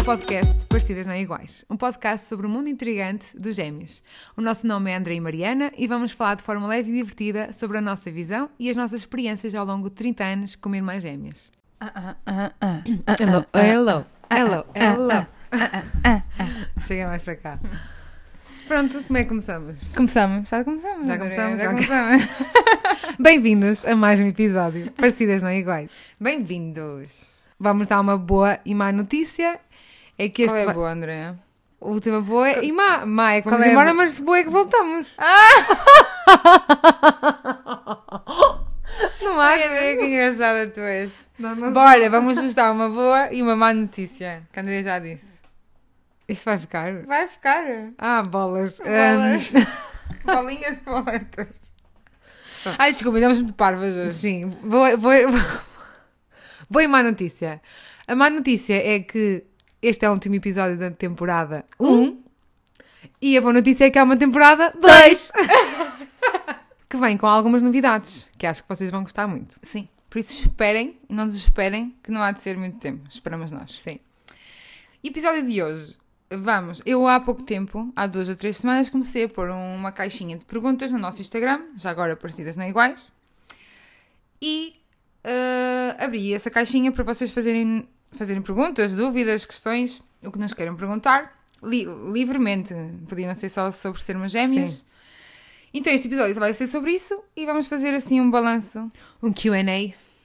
o podcast Parecidas Não Iguais, um podcast sobre o mundo intrigante dos gêmeos. O nosso nome é André e Mariana e vamos falar de forma leve e divertida sobre a nossa visão e as nossas experiências ao longo de 30 anos como irmãs gêmeas. Ah, Hello, ah, hello, hello, hello. Chega mais para cá. Pronto, como é que começamos? Começamos, já começamos. Já André, começamos, já Hum, já começamos. Bem-vindos a mais um episódio Parecidas Não é Iguais. Bem-vindos! Vamos dar uma boa e má notícia. É que este Qual é vai- a boa, André? A última boa é e má. Má é que Qual vamos é a Ah! embora, bo- mas boa é que voltamos. Não há ideia que engraçada tu és. Não, não sei. Bora, vamos juntar uma boa e uma má notícia, que a André já disse. Isto vai ficar? Vai ficar. Ah, bolas. Bolas. Ahm, Bolinhas boletas. Ai, desculpa, estamos muito parvas hoje. sim, boa, boa, boa e má notícia. A má notícia é que este é o último episódio da temporada 1 Um. e a boa notícia é que há uma temporada 2 que vem com algumas novidades que acho que vocês vão gostar muito. Sim. Por isso esperem, e não desesperem, que não há de ser muito tempo. Esperamos nós. Sim. Episódio de hoje. Vamos, eu há pouco tempo, há duas ou três semanas, comecei a pôr uma caixinha de perguntas no nosso Instagram, já agora parecidas não iguais, e eh, abri essa caixinha para vocês fazerem, fazerem perguntas, dúvidas, questões, o que nos queiram perguntar, li- livremente. Podia não ser só sobre sermos gêmeas. Sim. Então este episódio vai ser sobre isso e vamos fazer assim um balanço Um QA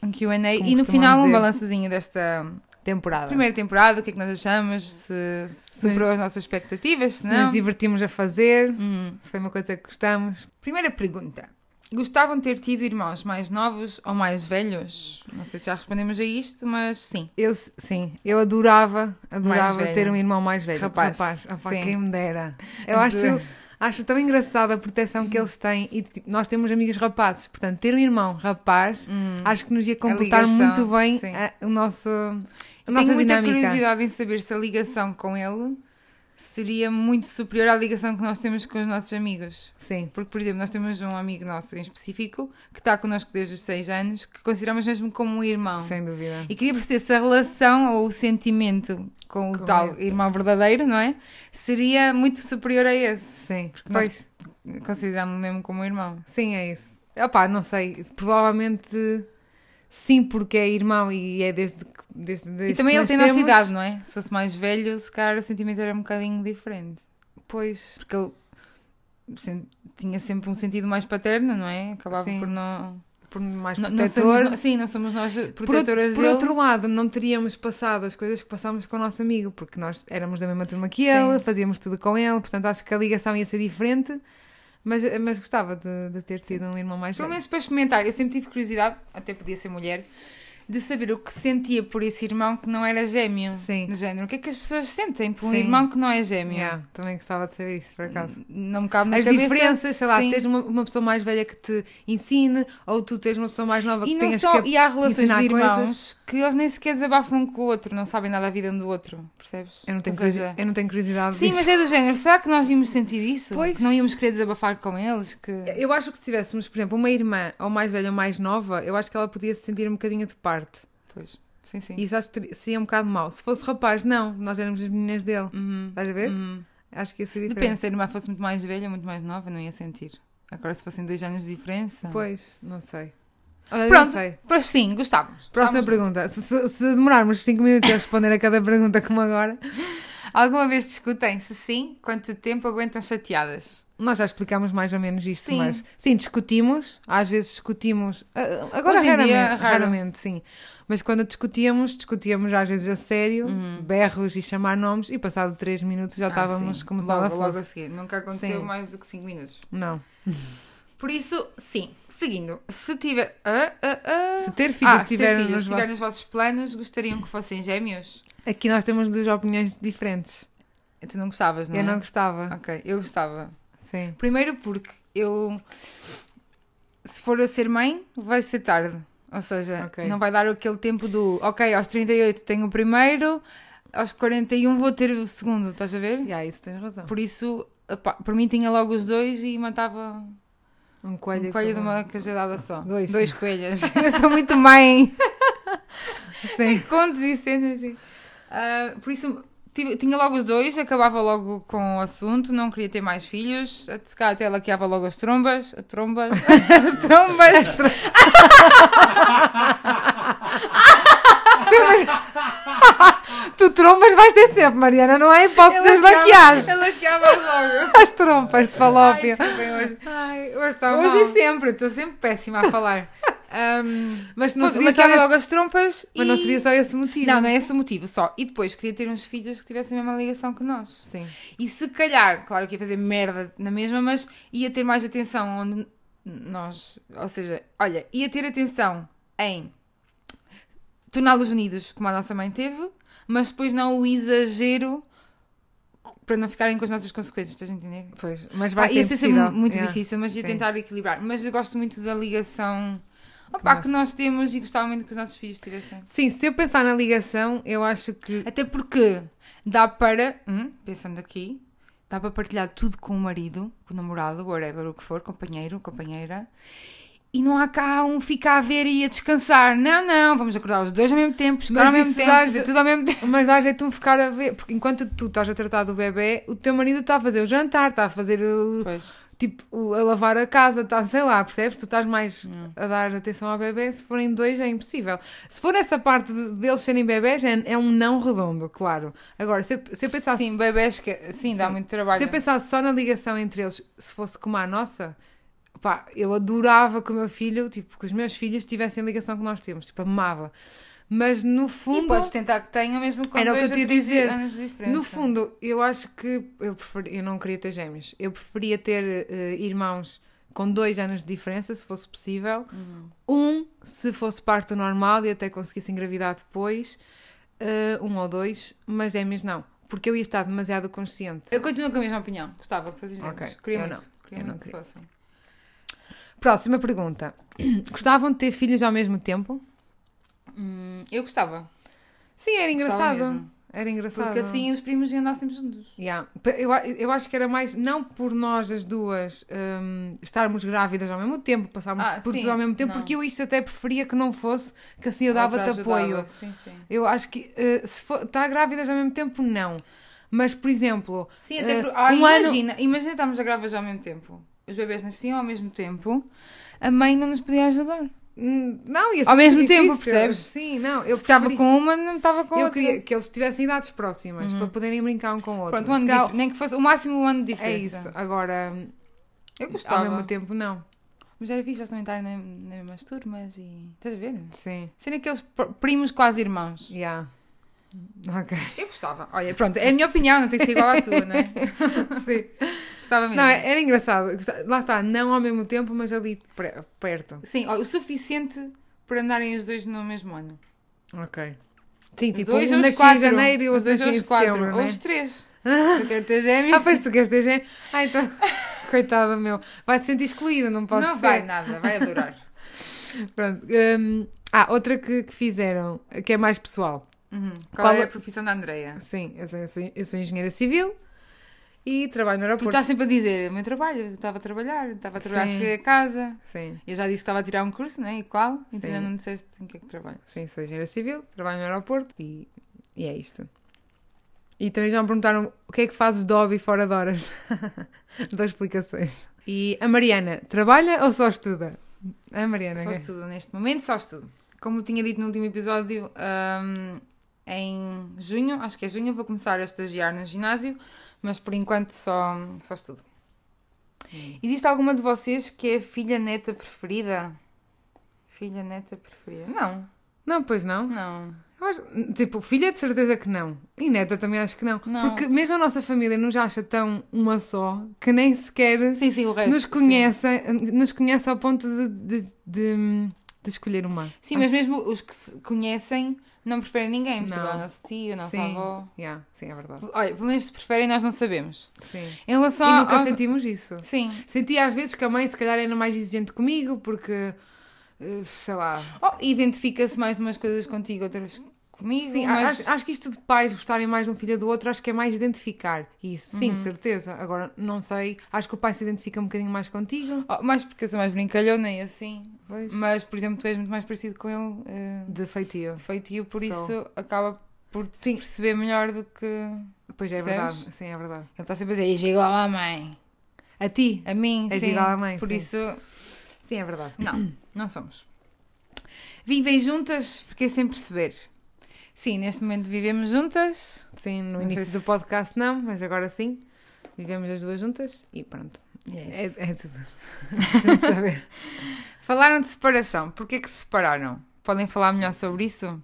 um Q&A Como e no costumam final um dizer. balançozinho desta temporada. primeira temporada, o que é que nós achamos, se superou as nossas expectativas, se Se não. Hum. nos divertimos a fazer, se foi uma coisa que gostamos. Primeira pergunta. Gostavam de ter tido irmãos mais novos ou mais velhos? Não sei se já respondemos a isto, mas sim. Eu, s- sim, eu adorava, adorava velho. ter um irmão mais velho. Rapaz, Ah, pá, sim. quem me dera. Eu As acho, acho tão engraçada a proteção que eles têm. E tipo, nós temos amigos rapazes, portanto, ter um irmão rapaz acho que nos ia completar Uhum. ligação, muito bem sim. a, o nosso, a Tenho nossa muita dinâmica. curiosidade em saber se a ligação com ele seria muito superior à ligação que nós temos com os nossos amigos. Sim, Porque, por exemplo, nós temos um amigo nosso em específico que está connosco desde os 6 anos, que consideramos mesmo como um irmão. sem dúvida. E queria perceber se a relação ou o sentimento com o Com tal ele. irmão verdadeiro, não é? Seria muito superior a esse. Sim, nós- pois, Considerando-me mesmo como irmão. sim, é isso. Opá, não sei, provavelmente sim, porque é irmão e é desde que. Desde, E desde também que ele tem a nossa nascemos. idade, não é? Se fosse mais velho, se calhar o sentimento era um bocadinho diferente. Pois, Porque ele sen- tinha sempre um sentido mais paterno, não é? Acabava Sim. por não. por mais não- protetor. não somos no- sim, não somos nós Por, outro- protetoras por dele. outro lado, não teríamos passado as coisas que passámos com o nosso amigo, porque nós éramos da mesma turma que ele, fazíamos tudo com ele, portanto acho que a ligação ia ser diferente, mas, mas gostava de, de ter tido um irmão mais Pelo velho. menos para experimentar, eu sempre tive curiosidade, até podia ser mulher, de saber o que sentia por esse irmão que não era gêmeo. Sim. Do género. O que é que as pessoas sentem por um Sim. irmão que não é gêmeo? Yeah, também gostava de saber isso, por acaso. Não me cabe na As cabeça. diferenças, sei lá, Sim. tens uma, uma pessoa mais velha que te ensine, ou tu tens uma pessoa mais nova que E, não tenhas só, que... e há relações ensinar de irmãos que eles nem sequer desabafam um com o outro, não sabem nada da vida um do outro, percebes? Eu não tenho, Ou seja, curiosi- eu não tenho curiosidade Sim, disso. mas é do género. Será que nós íamos sentir isso? Pois. É, Que não íamos querer desabafar com eles? Que... Eu acho que se tivéssemos, por exemplo, uma irmã ou mais velha ou mais nova, eu acho que ela podia se sentir um bocadinho de parte. Pois, sim, sim. E Isso acho que ter- seria um bocado mau. Se fosse rapaz, não. Nós éramos as meninas dele. Uhum. Estás a ver? Hum. Acho que ia ser diferente. Depende, se a irmã fosse muito mais velha, muito mais nova, não ia sentir. Agora, se fossem dois anos de diferença. Pois, não sei. Olha, Pronto. não sei. Pois sim, gostávamos. Próxima Gostávamos. pergunta. Se, se- se demorarmos 5 minutos a responder a cada pergunta como agora, Alguma vez discutem? Se sim, quanto tempo aguentam chateadas? nós já explicámos mais ou menos isto, Sim. mas sim, discutimos, às vezes discutimos, ah, ah, agora Hoje em raramente, dia, raro. raramente, sim. Mas quando discutíamos, discutíamos às vezes a sério, Uhum. berros e chamar nomes, e passado 3 minutos já estávamos como se Ah, logo, nada logo assim. a fosse. seguir. Nunca aconteceu Sim. mais do que 5 minutos. Não. Por isso, sim. Seguindo, se tiver. ah, ah, ah. Se ter filhos Ah, se estiver filhos nos estiver vossos- nos vossos planos, gostariam que fossem gêmeos? Aqui nós temos duas opiniões diferentes. Tu não gostavas, não Eu é? não gostava. Ok, eu gostava. Sim. Primeiro porque eu. Se for a ser mãe, vai ser tarde. Ou seja, Ok. não vai dar aquele tempo do. Ok, aos 38 tenho o primeiro, aos 41 vou ter o segundo, estás a ver? E yeah, isso tens razão. Por isso, epá, por mim tinha logo os dois e matava Um um coelho, coelho de com- uma cajadada só. Dois. Dois coelhos. eu sou muito mãe. Sim. Contos e cenas. e- Ah, por isso, Tive- Tinha logo os dois, acabava logo com o assunto, não queria ter mais filhos. A- Se calhar até laqueava logo as trombas. A trombas. As trombas. Tu trombas vais ter sempre, Mariana, não é hipótese as laqueares. Eu laqueava logo. As trompas de Ai, falópio. desculpem hoje. Tá Ai, hoje está Hoje mal. e sempre, estou sempre péssima a falar. Ahm, Mas não Mas seria só laqueava logo esse... as trompas Mas e... não seria só esse motivo. Não, não é esse o motivo, só. E depois queria ter uns filhos que tivessem a mesma ligação que nós. Sim. E se calhar, claro que ia fazer merda na mesma, mas ia ter mais atenção onde nós. Ou seja, olha, ia ter atenção em torná-los unidos, como a nossa mãe teve, mas depois não o exagero para não ficarem com as nossas consequências, estás a entender? Pois, mas vai Pá, ser Ah, ia ser sempre impossível. É. muito Yeah. difícil, mas ia Sim. tentar equilibrar. Mas eu gosto muito da ligação opá, nós- que nós temos e gostava muito que os nossos filhos tivessem. Sim, se eu pensar na ligação, eu acho que. Até porque dá para, hum, pensando aqui, dá para partilhar tudo com o marido, com o namorado, whatever, o que for, companheiro, companheira. E não há cá um ficar a ver e a descansar. Não, não, vamos acordar os dois ao mesmo tempo, chegar Mas ao mesmo isso tempo, dá- fazer tudo ao mesmo tempo. Mas dá jeito de me ficar a ver, porque enquanto tu estás a tratar do bebê, o teu marido está a fazer o jantar, está a fazer o, Pois. tipo, o- a lavar a casa, tá, sei lá, percebes? Tu estás mais a dar atenção ao bebê, se forem dois é impossível. Se for essa parte de- deles serem bebés, é, é um não redondo, claro. Agora, se eu, Tá, se eu pensasse... Sim, bebés que. Sim, dá Sim. muito trabalho. Se eu pensasse só na ligação entre eles, se fosse como a nossa, pá, eu adorava que o meu filho, tipo, que os meus filhos tivessem a ligação que nós temos, tipo, amava. Mas no E fundo, podes Um tentar que tenha mesmo com Era o que dois eu te ia a três dizer. anos de diferença. no fundo, eu acho que eu, preferi, eu não queria ter gêmeos. Eu preferia ter eh, irmãos com dois anos de diferença, se fosse possível. Uhum. Um, se fosse parto normal e até conseguisse engravidar depois. eh, um ou dois, mas gêmeos não. Porque eu ia estar demasiado consciente. Eu continuo com a mesma opinião. Gostava que fazes gêmeos. Ok, Queria eu muito. não. Queria Eu não muito que queria. fossem. Próxima pergunta. Gostavam de ter filhos ao mesmo tempo? Hum, eu gostava. Sim, era Gostava engraçado. mesmo. Era engraçado. Porque assim os primos iam andar sempre juntos. Yeah. Pa- Eu, a- eu acho que era mais, não por nós as duas hum, estarmos grávidas ao mesmo tempo, passarmos Ah, por tudo sim, ao mesmo tempo, não. porque eu isto até preferia que não fosse, que assim eu Outra dava-te ajudava. apoio. Sim, sim. Eu acho que eh, se está grávidas ao mesmo tempo, não. Mas, por exemplo, Sim, até eh, por... ah, um ano- imagina, imagina estarmos a gravar já ao mesmo tempo. Os bebês nasciam ao mesmo tempo, a mãe não nos podia ajudar. hum, não, ia ser Ao muito mesmo tempo, difícil. percebes? Sim, não. Eu Se estava preferi- com uma, não estava com Eu outra. queria que eles tivessem idades próximas para poderem brincar um com o outro. Pronto, um ano Se calhar- dif- nem que fosse o máximo um ano de É diferença. isso. Agora, hum, Eu ao gostava. mesmo tempo, não. Mas era fixe eles também estarem na- nas mesmas turmas e. Estás a ver? Sim. Serem aqueles pr- primos quase irmãos. Yeah. Ok. Eu gostava. Olha, pronto, é a minha opinião, não tem que ser igual à tua, não é? Sim. Gostava mesmo. Não, é, era engraçado. Gosta- Lá está, não ao mesmo tempo, mas ali pre- perto. Sim, ó, o suficiente para andarem os dois no mesmo ano. Ok. Sim, Os tipo, dois um ou os nasci quatro. em janeiro e Os outro dois nasci ou em os quatro. setembro, Ou né? os três. Se eu quero ter gêmeos. Ah, pois tu queres ter gente? Ah, então... Coitada, meu. Vai-te sentir excluída, não pode não ser. vai nada, vai adorar. Pronto. hum, ah, outra que, que fizeram, que é mais pessoal. Qual, é Qual- a profissão da Andreia? Sim, eu sou, eu sou- eu sou engenheira civil e trabalho no Porque aeroporto. estás sempre a dizer, o meu trabalho, eu estava a trabalhar, estava a trabalhar, Sim. cheguei a casa. Sim. Eu já disse que estava a tirar um curso, não é? E qual? E tu Sim. ainda não disseste em que é que trabalho. Sim, sou engenheira civil, trabalho no aeroporto e, e é isto. E também já me perguntaram o que é que fazes de hobby fora de horas. Dou explicações. E a Mariana, trabalha ou só estuda? A Mariana, Só ok. estudo, neste momento só estudo. Como eu tinha dito no último episódio, hum, em junho, acho que é junho, eu vou começar a estagiar no ginásio, mas por enquanto só, só estudo. Existe alguma de vocês que é a filha neta preferida? Filha neta preferida? Não, Não, pois não. não. Eu acho- tipo, filha de certeza que não. E neta também acho que não. Não. Porque mesmo a nossa família nos acha tão uma só que nem sequer Sim, sim, o resto. nos sim. conhece, nos conhece ao ponto de, de, de- de escolher uma. Sim, mas mesmo os que se conhecem não preferem ninguém. Por exemplo, é Não. o nosso tio, a nossa sim. avó. Yeah, sim, é verdade. Olha, pelo menos se preferem, nós não sabemos. Sim. Em relação E a- nunca ao- sentimos isso. Sim. Sentia às vezes que a mãe se calhar era mais exigente comigo porque eh, sei lá. Oh, Identifica-se mais umas coisas contigo, outras comigo. Ah, Sim, mas... acho, acho que isto de pais gostarem mais de um filho do outro, acho que é mais identificar isso, Uhum. sim, de certeza. Agora, não sei, acho que o pai se identifica um bocadinho mais contigo, Oh, mais porque eu sou mais brincalhona e assim. pois, Mas, por exemplo, tu és muito mais parecido com ele. eh, de feitio. de feitio, por Sou. isso acaba por se perceber melhor do que. Ele Pois é, é Percebes? verdade. Sim, é verdade. está sempre a dizer, és igual à mãe. A ti? A mim, És sim. igual à mãe, Por sim. isso, Sim, é verdade. não, não somos. Vivem juntas, fiquei sem perceber. Sim, neste momento vivemos juntas. Sim, no Não início sei do se- podcast não, mas agora sim. Vivemos as duas juntas e pronto. É, É- é tudo. Sem saber. Falaram de separação. Porquê que se separaram? Podem falar melhor sobre isso?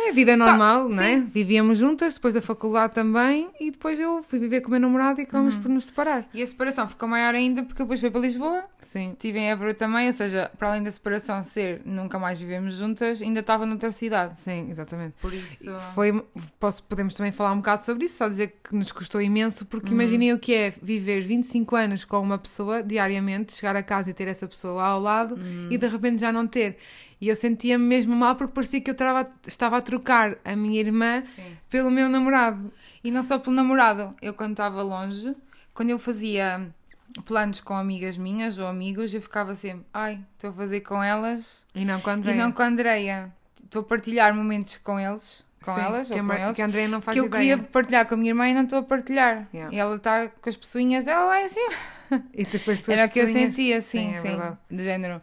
É a vida normal, sim. não é? Vivíamos juntas, depois da faculdade também, e depois eu fui viver com o meu namorado e acabamos por nos separar. E a separação ficou maior ainda porque eu depois fui para Lisboa Sim. Estive em Évora também, ou seja, para além da separação ser nunca mais vivemos juntas, ainda estava noutra cidade. Sim, exatamente. Por isso. Foi, posso, podemos também falar um bocado sobre isso, só dizer que nos custou imenso, porque imaginem o que é viver 25 anos com uma pessoa diariamente, chegar a casa e ter essa pessoa lá ao lado e de repente já não ter. E eu sentia-me mesmo mal porque parecia que eu trava- estava a trocar a minha irmã Sim. pelo meu namorado. E não só pelo namorado. Eu, quando estava longe, quando eu fazia planos com amigas minhas ou amigos, eu ficava sempre, ai, estou a fazer com elas E não com a e Andrea. não com a Andreia. Estou a partilhar momentos com eles, com Sim, elas que ou a com Mar- eles. Que a Andrea não faz que eu ideia. queria partilhar com a minha irmã e não estou a partilhar. Yeah. E ela está com as pessoinhas dela lá em cima. E depois tu Era o que eu sozinhas. sentia, Sim, sim, é sim. verdade. do género.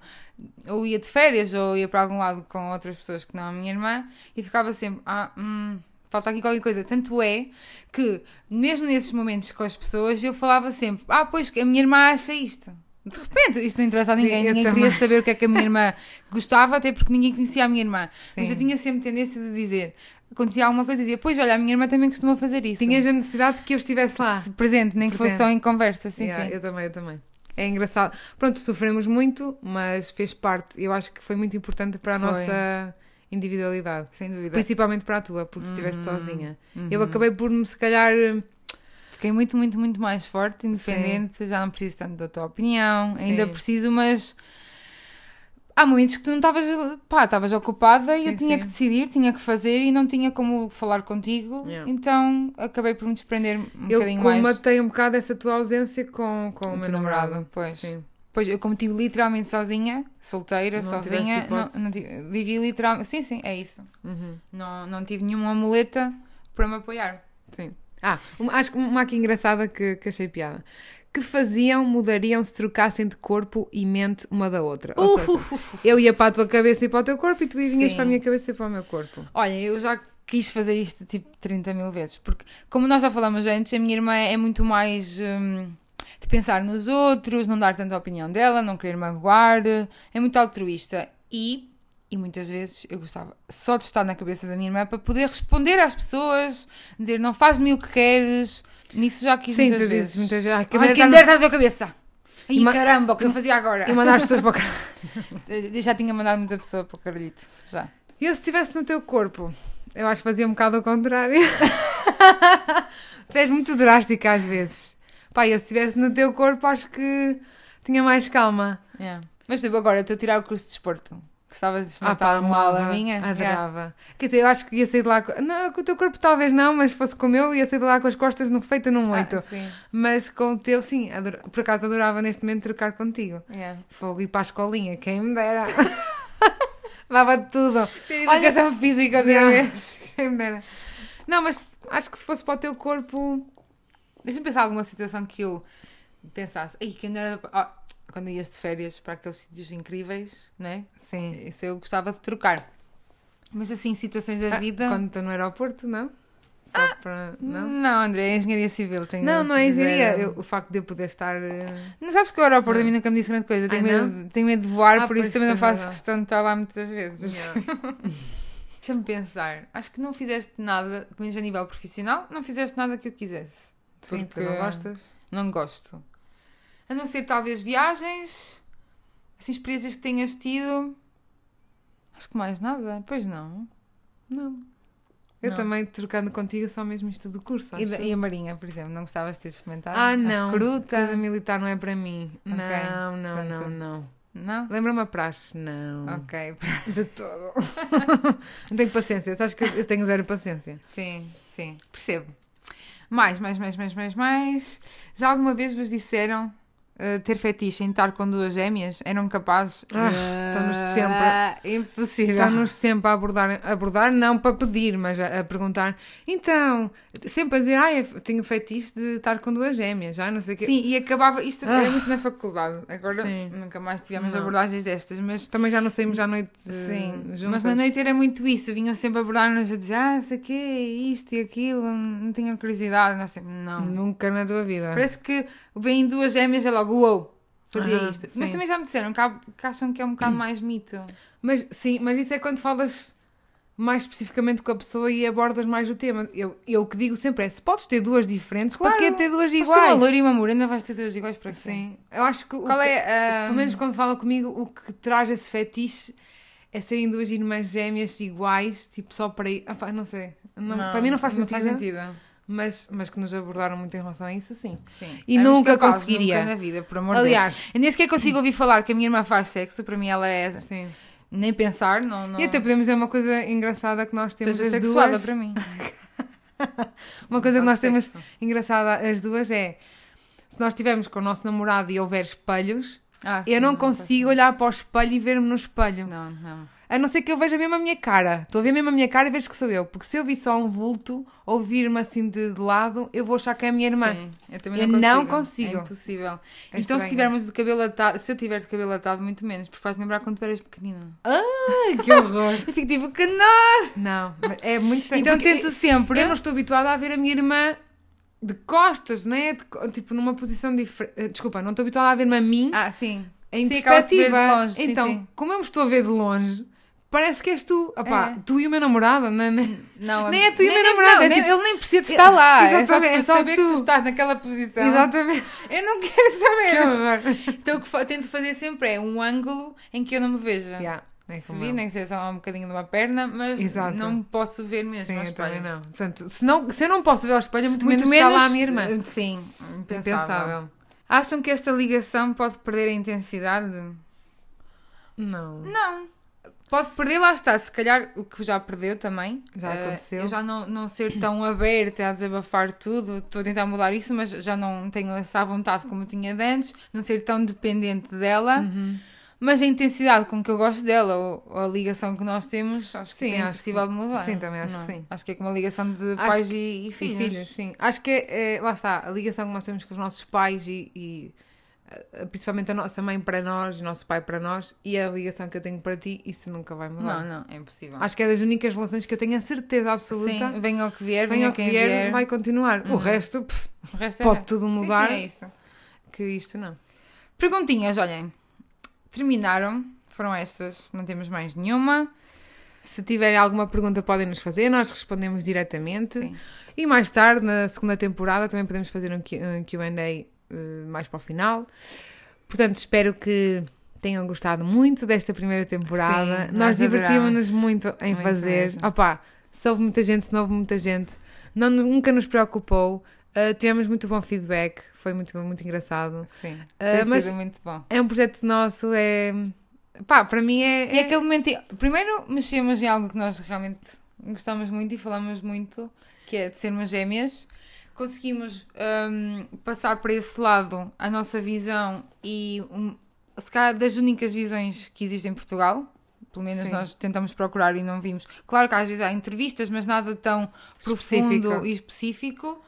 Ou ia de férias, ou ia para algum lado com outras pessoas que não a minha irmã, e ficava sempre, ah, hum, falta aqui qualquer coisa. Tanto é que, mesmo nesses momentos com as pessoas, eu falava sempre, ah, pois, a minha irmã acha isto. De repente, isto não interessa a Sim, ninguém, eu ninguém também. queria saber o que é que a minha irmã gostava, até porque ninguém conhecia a minha irmã. Mas Sim. eu tinha sempre tendência de dizer, acontecia alguma coisa, e dizia, pois, olha, a minha irmã também costuma fazer isso. Tinhas a necessidade de que eu estivesse lá. Se presente, nem que fosse Presente. só em conversa, sim, Yeah, sim. Eu também, eu também. É engraçado. Pronto, sofremos muito, mas fez parte. Eu acho que foi muito importante para a Foi. nossa individualidade. Sem dúvida. Principalmente para a tua, porque estiveste sozinha. Eu acabei por me, se calhar. Fiquei muito, muito, muito mais forte, independente, já não preciso tanto da tua opinião, Sim. ainda preciso, mas há momentos que tu não estavas, pá, estavas ocupada e Sim, eu tinha sim. que decidir, tinha que fazer e não tinha como falar contigo, Yeah. então acabei por me desprender um eu bocadinho mais. comatei um bocado essa tua ausência com, com o O meu teu namorado. namorado, pois. Sim. Pois, eu cometi literalmente sozinha, solteira, Não tiveste sozinha, não, hipótese. não tive- vivi literalmente, sim, sim, é isso, Uhum, não, não tive nenhuma amuleta para me apoiar. sim. Ah, uma- acho que uma aqui engraçada que, que achei piada. Que faziam, mudariam se trocassem de corpo e mente uma da outra. Ou seja, eu ia para a tua cabeça e para o teu corpo e tu vinhas Sim. para a minha cabeça e para o meu corpo. Olha, eu já quis fazer isto tipo 30 mil vezes, porque como nós já falamos antes, a minha irmã é muito mais hum, de pensar nos outros, não dar tanta opinião dela, não querer magoar, é muito altruísta e, e muitas vezes eu gostava só de estar na cabeça da minha irmã para poder responder às pessoas, dizer não faz-me o que queres, nisso já quis Sim, muitas tu vezes. dizes muitas vezes. Ai, que Ai, merda, quem não- der está na tua cabeça! Ai, E ma- caramba, o que eu fazia agora? E mandar as pessoas para o caralho. Eu já tinha mandado muita pessoa para o caralhito, já. E eu se estivesse no teu corpo? Eu acho que fazia um bocado ao contrário. tu és muito drástica às vezes. Pá, eu se estivesse no teu corpo acho que tinha mais calma. É. Mas, tipo, agora eu estou a tirar o curso de desporto. Gostavas de Ah experimentar uma aula amava, minha? Yeah. Adorava. Quer dizer, eu acho que ia sair de lá... com- Não, com o teu corpo talvez não, mas se fosse com o meu ia sair de lá com as costas no feita num oito. Ah, sim. Mas com o teu sim, adora- por acaso adorava neste momento trocar contigo. Yeah. Fogo, ir para a escolinha, quem me dera. Dava tudo. Ter Olha- educação física outra Yeah. vez. Quem me dera. Não, mas acho que se fosse para o teu corpo. Deixa-me pensar alguma situação que eu pensasse. Ai, quem era... quando ias de férias para aqueles sítios incríveis, não é? Sim. Isso eu gostava de trocar. Mas, assim, situações da Ah, vida... Quando estou no aeroporto, não? Só para. Não? Não? André, é engenharia civil. Tenho Não, não é engenharia. zero- Eu- o facto de eu poder estar. eh, Não sabes que o aeroporto Não. a mim nunca me disse grande coisa. Tenho, Ai, medo, tenho medo de voar, Ah, por isso pois, também não tens faço razão. questão de estar lá muitas vezes. Deixa-me pensar. Acho que não fizeste nada, pelo menos a nível profissional, não fizeste nada que eu quisesse. Sim, tu não gostas? Não gosto. A não ser talvez viagens, assim, experiências que tenhas tido. Acho que mais nada. Pois não. Não. Eu Não. também, trocando contigo, só mesmo isto do curso. E, acho. da- e a Marinha, por exemplo, não gostavas de ter experimentado? Ah, A não. recruta? Coisa militar não é para mim. Ok, Não, não, não, pronto. não. Não? Lembra-me a praxe? Não. Ok, De todo. não tenho paciência. Sabes que eu eu tenho zero paciência. Sim, sim, percebo. Mais, mais, mais, mais, mais, mais. Já alguma vez vos disseram eh, ter fetiche em estar com duas gêmeas eram capazes. Ah, estamos sempre a- Ah, impossível. Estão-nos sempre a abordar, abordar não para pedir, mas a, a perguntar. Então, sempre a dizer, ah, eu tenho fetiche de estar com duas gêmeas, já não sei o quê. Sim, e acabava. Isto era muito na faculdade. Agora Ah. Sim. nunca mais tivemos Não. abordagens destas, mas. Também já não saímos à noite eh, Sim, juntas. mas é na noite era muito isso. Vinham sempre abordar-nos a dizer, ah, sei quê, isto e aquilo, não tinham curiosidade. Nós sempre, não. Nunca na tua vida. Parece que vêm duas gêmeas e é logo, uou, fazia Aham, isto. sim. Mas também já me disseram que, há- que acham que é um bocado mais mito. Mas sim, mas isso é quando falas mais especificamente com a pessoa e abordas mais o tema. Eu, eu o que digo sempre é, se podes ter duas diferentes, Claro. para que ter duas Mas tu uma iguais? loira e uma morena vais ter duas iguais para quê? Sim, eu acho que o Qual que- é a... Pelo menos quando falam comigo, o que traz esse fetiche é serem duas irmãs gêmeas iguais, tipo só para ir. Ah, pá, não sei. Não- para mim não faz sentido. Mas, mas que nos abordaram muito em relação a isso, sim. Sim. E Éramos nunca capazes, conseguiria. Nunca na vida, por amor de Deus. Aliás, Eu nem sequer consigo ouvir falar que a minha irmã faz sexo, para mim ela é sim. nem pensar, não, não E até podemos dizer uma coisa engraçada que nós temos seja as sexuada duas. para mim. Uma coisa que Não nós faço temos sexo. engraçada as duas é se nós estivermos com o nosso namorado e houver espelhos, Ah, sim, eu não faço consigo olhar para o espelho e ver-me no espelho. sexo. Não, não. A não ser que eu veja mesmo a minha cara. Estou a ver mesmo a minha cara e vejo que sou eu. Porque se eu vi só um vulto ou vir-me assim de, de lado, eu vou achar que é a minha irmã. Sim, eu também eu não não consigo. consigo. É impossível. É então estranho. se tivermos de cabelo atado, se eu tiver de cabelo atado, muito menos, porque faz lembrar quando tu eras pequenina. Ai, que horror! Eu fico tipo, que não! não, mas é muito estranho. Então porque tento eu- sempre. Eu não estou habituada a ver a minha irmã de costas, né? De co- tipo, numa posição diferente. Eh, Desculpa, não estou habituada a ver-me a mim Ah, sim. em sim, acabas de ver de perspectiva. longe, sim, então, sim. como eu me estou a ver de longe, parece que és tu. Opá, É. Então. Tu e o meu namorado, não é? Não, Nem é tu e o meu nem- namorado, é nem- tipo- Ele nem precisa de estar lá. É só, Exatamente, de é só saber que tu. tu estás naquela posição. Exatamente. Eu não quero que saber. horror! Então o que fa- tento fazer sempre é um ângulo em que eu não me veja. yeah, é Se como vi, eu. nem que seja só um bocadinho de uma perna, mas Exato. não me posso ver mesmo. Sim, ao eu também espelho. não. Portanto, se, não, se eu não posso ver ao espelho, é muito, Muito menos, menos está lá a minha irmã. É eh, Sim, impensável. Impensável. Acham que esta ligação pode perder a intensidade? Não. Não. Pode perder, lá está. Se calhar o que já perdeu também. Já Eh, aconteceu. Eu já não, não ser tão aberta a desabafar tudo. Estou a tentar mudar isso, mas já não tenho essa vontade como tinha de antes. Não ser tão dependente dela. Uhum. Mas a intensidade com que eu gosto dela ou, ou a ligação que nós temos, acho que Sim, sim, é acho que- impossível de mudar. sim, também acho Não. que sim. Acho que é como uma ligação de Acho pais que- e, e filhos. E filhos, sim. Acho que é, é- lá está, a ligação que nós temos com os nossos pais e, e, eh, principalmente a nossa mãe para nós, o nosso pai para nós e a ligação que eu tenho para ti, isso nunca vai mudar. Não, não, é impossível. Acho que é das únicas relações que eu tenho a certeza absoluta. Sim, venha o que vier, venha Venha o que quem vier, vier. Uhum. vai continuar. O resto, pff, O resto é- pode tudo Sim, sim, mudar. é isso. que isto não. Perguntinhas, olhem. Terminaram. Foram estas. Não temos mais nenhuma. Se tiverem alguma pergunta, podem nos fazer, nós respondemos diretamente. Sim. E mais tarde, na segunda temporada, também podemos fazer um Q- um QA eh, mais para o final. Portanto, espero que tenham gostado muito desta primeira temporada. Sim, nós nós divertimos-nos muito em Muito fazer. mesmo. Opa, se houve muita gente, se não houve muita gente, não, nunca nos preocupou. Uh, tivemos muito bom feedback, foi muito, muito engraçado. Sim. Ah, Tem mas- sido muito bom. É um projeto nosso, é. Pá, para mim é. É aquele momento. em- Primeiro mexemos em é algo que nós realmente gostamos muito e falamos muito, que é de sermos gêmeas. Conseguimos hum, passar para esse lado a nossa visão e um, se calhar das únicas visões que existem em Portugal. Pelo menos Sim. nós tentamos procurar e não vimos. Claro que às vezes há entrevistas, mas nada tão Específico. profundo e específico.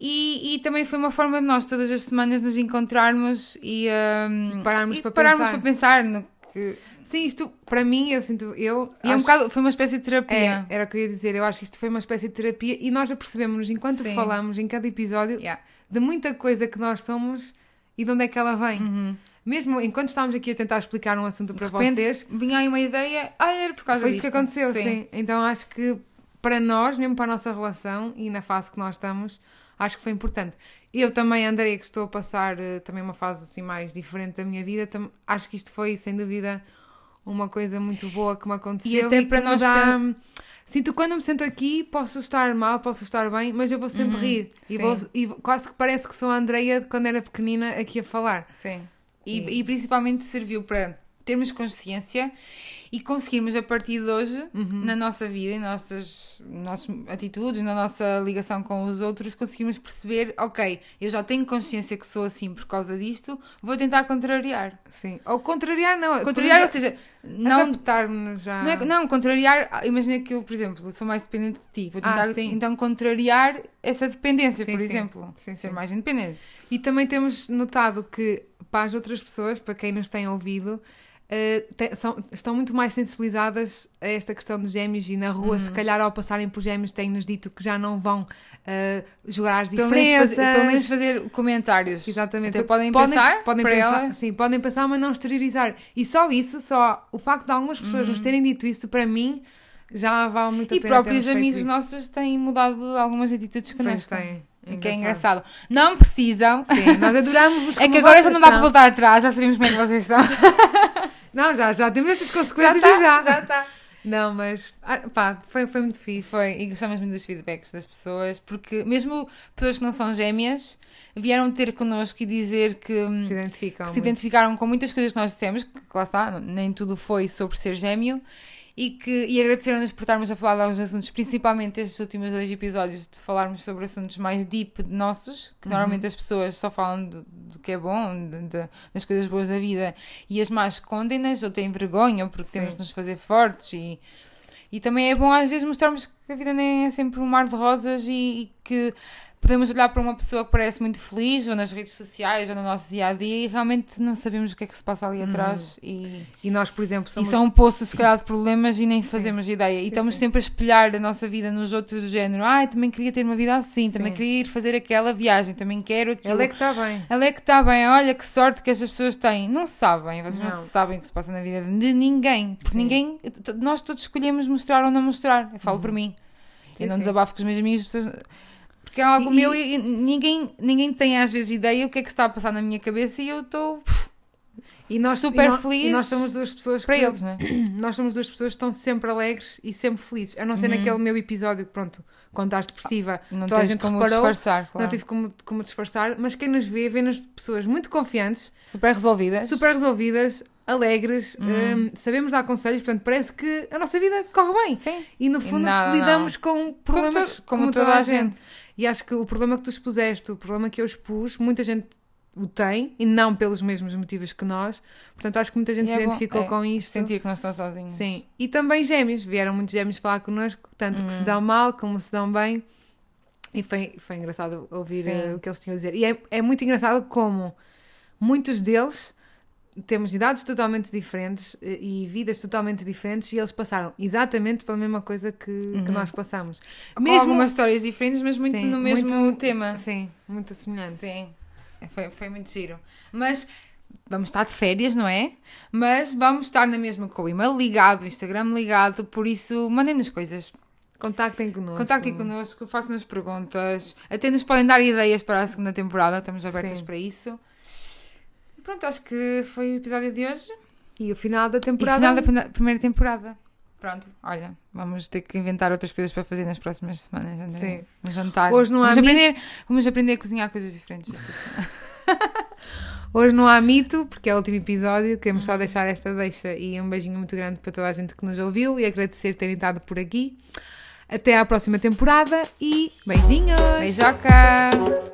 E, e também foi uma forma de nós todas as semanas nos encontrarmos e, hum, E pararmos para pararmos pensar. para pensar no que Sim, isto, para mim, eu sinto. Eu e é um acho- bocado, foi uma espécie de É, terapia. era o que eu ia dizer. Eu acho que isto foi uma espécie de terapia e nós apercebemos-nos enquanto Sim. falamos em cada episódio Yeah. de muita coisa que nós somos e de onde é que ela vem. Mesmo enquanto estávamos aqui a tentar explicar um assunto para Uhum. De repente, vocês, Vinha aí uma ideia, ah, era por causa foi isso disto. que aconteceu, sim. Então acho que para nós, mesmo para a nossa relação e na fase que nós estamos, acho que foi importante. Eu também, Andrei, que estou a passar eh, também uma fase assim mais diferente da minha vida, tam- acho que isto foi, sem dúvida, uma coisa muito boa que me aconteceu. E até para que me nós dá- Sinto que quando me sento aqui, posso estar mal, posso estar bem, mas eu vou sempre rir. E, Uhum, sim. vou, e vou- quase que parece que sou a Andreia de quando era pequenina aqui a falar. Sim. E, e principalmente serviu para termos consciência e conseguirmos a partir de hoje, Uhum. na nossa vida, em nossas, nossas atitudes, na nossa ligação com os outros, conseguirmos perceber, ok, eu já tenho consciência que sou assim por causa disto, vou tentar contrariar. Sim. Ou contrariar, não. Contrariar, ou seja, não adaptar-me já. não, é que- não, contrariar, ah, imagina que eu, por exemplo, sou mais dependente de ti, vou Ah, tentar sim. então contrariar essa dependência, Sim, por sim. exemplo, Sim, ser sim. mais independente. E também temos notado que para as outras pessoas, para quem nos tem ouvido, eh, te- são- estão muito mais sensibilizadas a esta questão dos gêmeos e na rua, Uhum. se calhar ao passarem por gêmeos, têm-nos dito que já não vão eh, jogar as Pelo menos, diferenças. fazer, pelo menos fazer comentários. Exatamente. Até podem, pensar podem para pensar, elas. Sim, podem pensar, mas não exteriorizar. E só isso, só o facto de algumas pessoas nos terem dito isso, para mim, já vale muito a Uhum. E pena. termos próprios feito amigos isso. nossos têm mudado algumas atitudes Pois connosco. têm. O que é engraçado. Não precisam. Sim, nós adoramos-vos É que como agora já vocês não dá para são. voltar atrás, já sabemos como é que vocês estão. Não, já, já temos estas consequências Já já. já. tá, já está. Não, mas ah, pá, foi, foi muito fixe. Foi, e gostamos muito dos feedbacks das pessoas, porque mesmo pessoas que não são gêmeas vieram ter connosco e dizer que hum, Se que identificam. se muito. identificaram com muitas coisas que nós dissemos, que lá está, não- nem tudo foi sobre ser gêmeo, e, que, e agradeceram-nos por estarmos a falar de alguns assuntos, principalmente estes últimos dois episódios, de falarmos sobre assuntos mais deep de nossos, Uhum. que normalmente as pessoas só falam do, do que é bom, de- de- das coisas boas da vida, e as más escondem-nas ou têm vergonha, porque Sim. temos de nos fazer fortes e. E também é bom às vezes mostrarmos que a vida nem é sempre um mar de rosas e, e que podemos olhar para uma pessoa que parece muito feliz, ou nas redes sociais, ou no nosso dia a dia, e realmente não sabemos o que é que se passa ali atrás. E, E nós, por exemplo, e somos. são um poço, se calhar, de problemas e nem fazemos ideia. E Sim, estamos sim. sempre a espelhar a nossa vida nos outros, do género: ai, também queria ter uma vida assim, também Sim. queria ir fazer aquela viagem, também quero aquilo. Ele é que está bem. Ela é que está bem, olha que sorte que estas pessoas têm. Não sabem, vocês não, Não. sabem o que se passa na vida de ninguém. Porque Sim. ninguém, t- nós todos escolhemos mostrar ou não mostrar. Eu falo por mim. Uhum. Sim, eu não sim. desabafo com os meus amigos, as pessoas- porque é algo E- meu e, e ninguém, ninguém tem às vezes ideia o que é que se está a passar na minha cabeça e eu estou E nós, Super e nó- feliz E nós somos duas pessoas para que, eles, não é? Nós somos duas pessoas que estão sempre alegres e sempre felizes. A não ser naquele meu episódio que, pronto, quando estás depressiva, Uhum. Ah, Não toda a tens gente como reparou. disfarçar, claro. Não tive como, como disfarçar, mas quem nos vê, vê-nos pessoas muito confiantes, Super resolvidas. super resolvidas, alegres, Uhum. hum, sabemos dar conselhos, portanto, parece que a nossa vida corre bem. Sim. E no fundo nada, lidamos com problemas to- como toda a gente. E acho que o problema que tu expuseste, o problema que eu expus, muita gente o tem e não pelos mesmos motivos que nós. Portanto, acho que muita gente E se é bom, identificou é, com isto. Sentir que não estão sozinhos. Sim. E também gêmeos. Vieram muitos gêmeos falar connosco, tanto que se Hum. dão mal como se dão bem. E foi, foi engraçado ouvir Sim. eh, o que eles tinham a dizer. E é, é muito engraçado como muitos deles temos idades totalmente diferentes eh, e vidas totalmente diferentes e eles passaram exatamente pela mesma coisa que, que nós passamos. Com algumas histórias diferentes, mas Uhum. muito Sim, no mesmo muito- tema. Sim, muito semelhantes. Sim, foi, foi muito giro. Mas vamos estar de férias, não é? Mas vamos estar na mesma com o e-mail ligado, o Instagram ligado, por isso mandem-nos coisas. Contactem connosco. Contactem connosco, façam-nos perguntas, até nos podem dar ideias para a segunda temporada, estamos abertas Sim. para isso. E pronto, acho que foi o episódio de hoje E o final da e temporada. um. final da pena- primeira temporada. Pronto, olha, vamos ter que inventar outras coisas para fazer nas próximas semanas, André. Sim. Um jantar. Hoje não há vamos mim- aprender, vamos aprender a cozinhar coisas diferentes. esta Hoje não há mito, porque é o último episódio. Queremos só deixar esta deixa e um beijinho muito grande para toda a gente que nos ouviu e agradecer terem estado por aqui. Até à próxima temporada e beijinhos! Beijoca!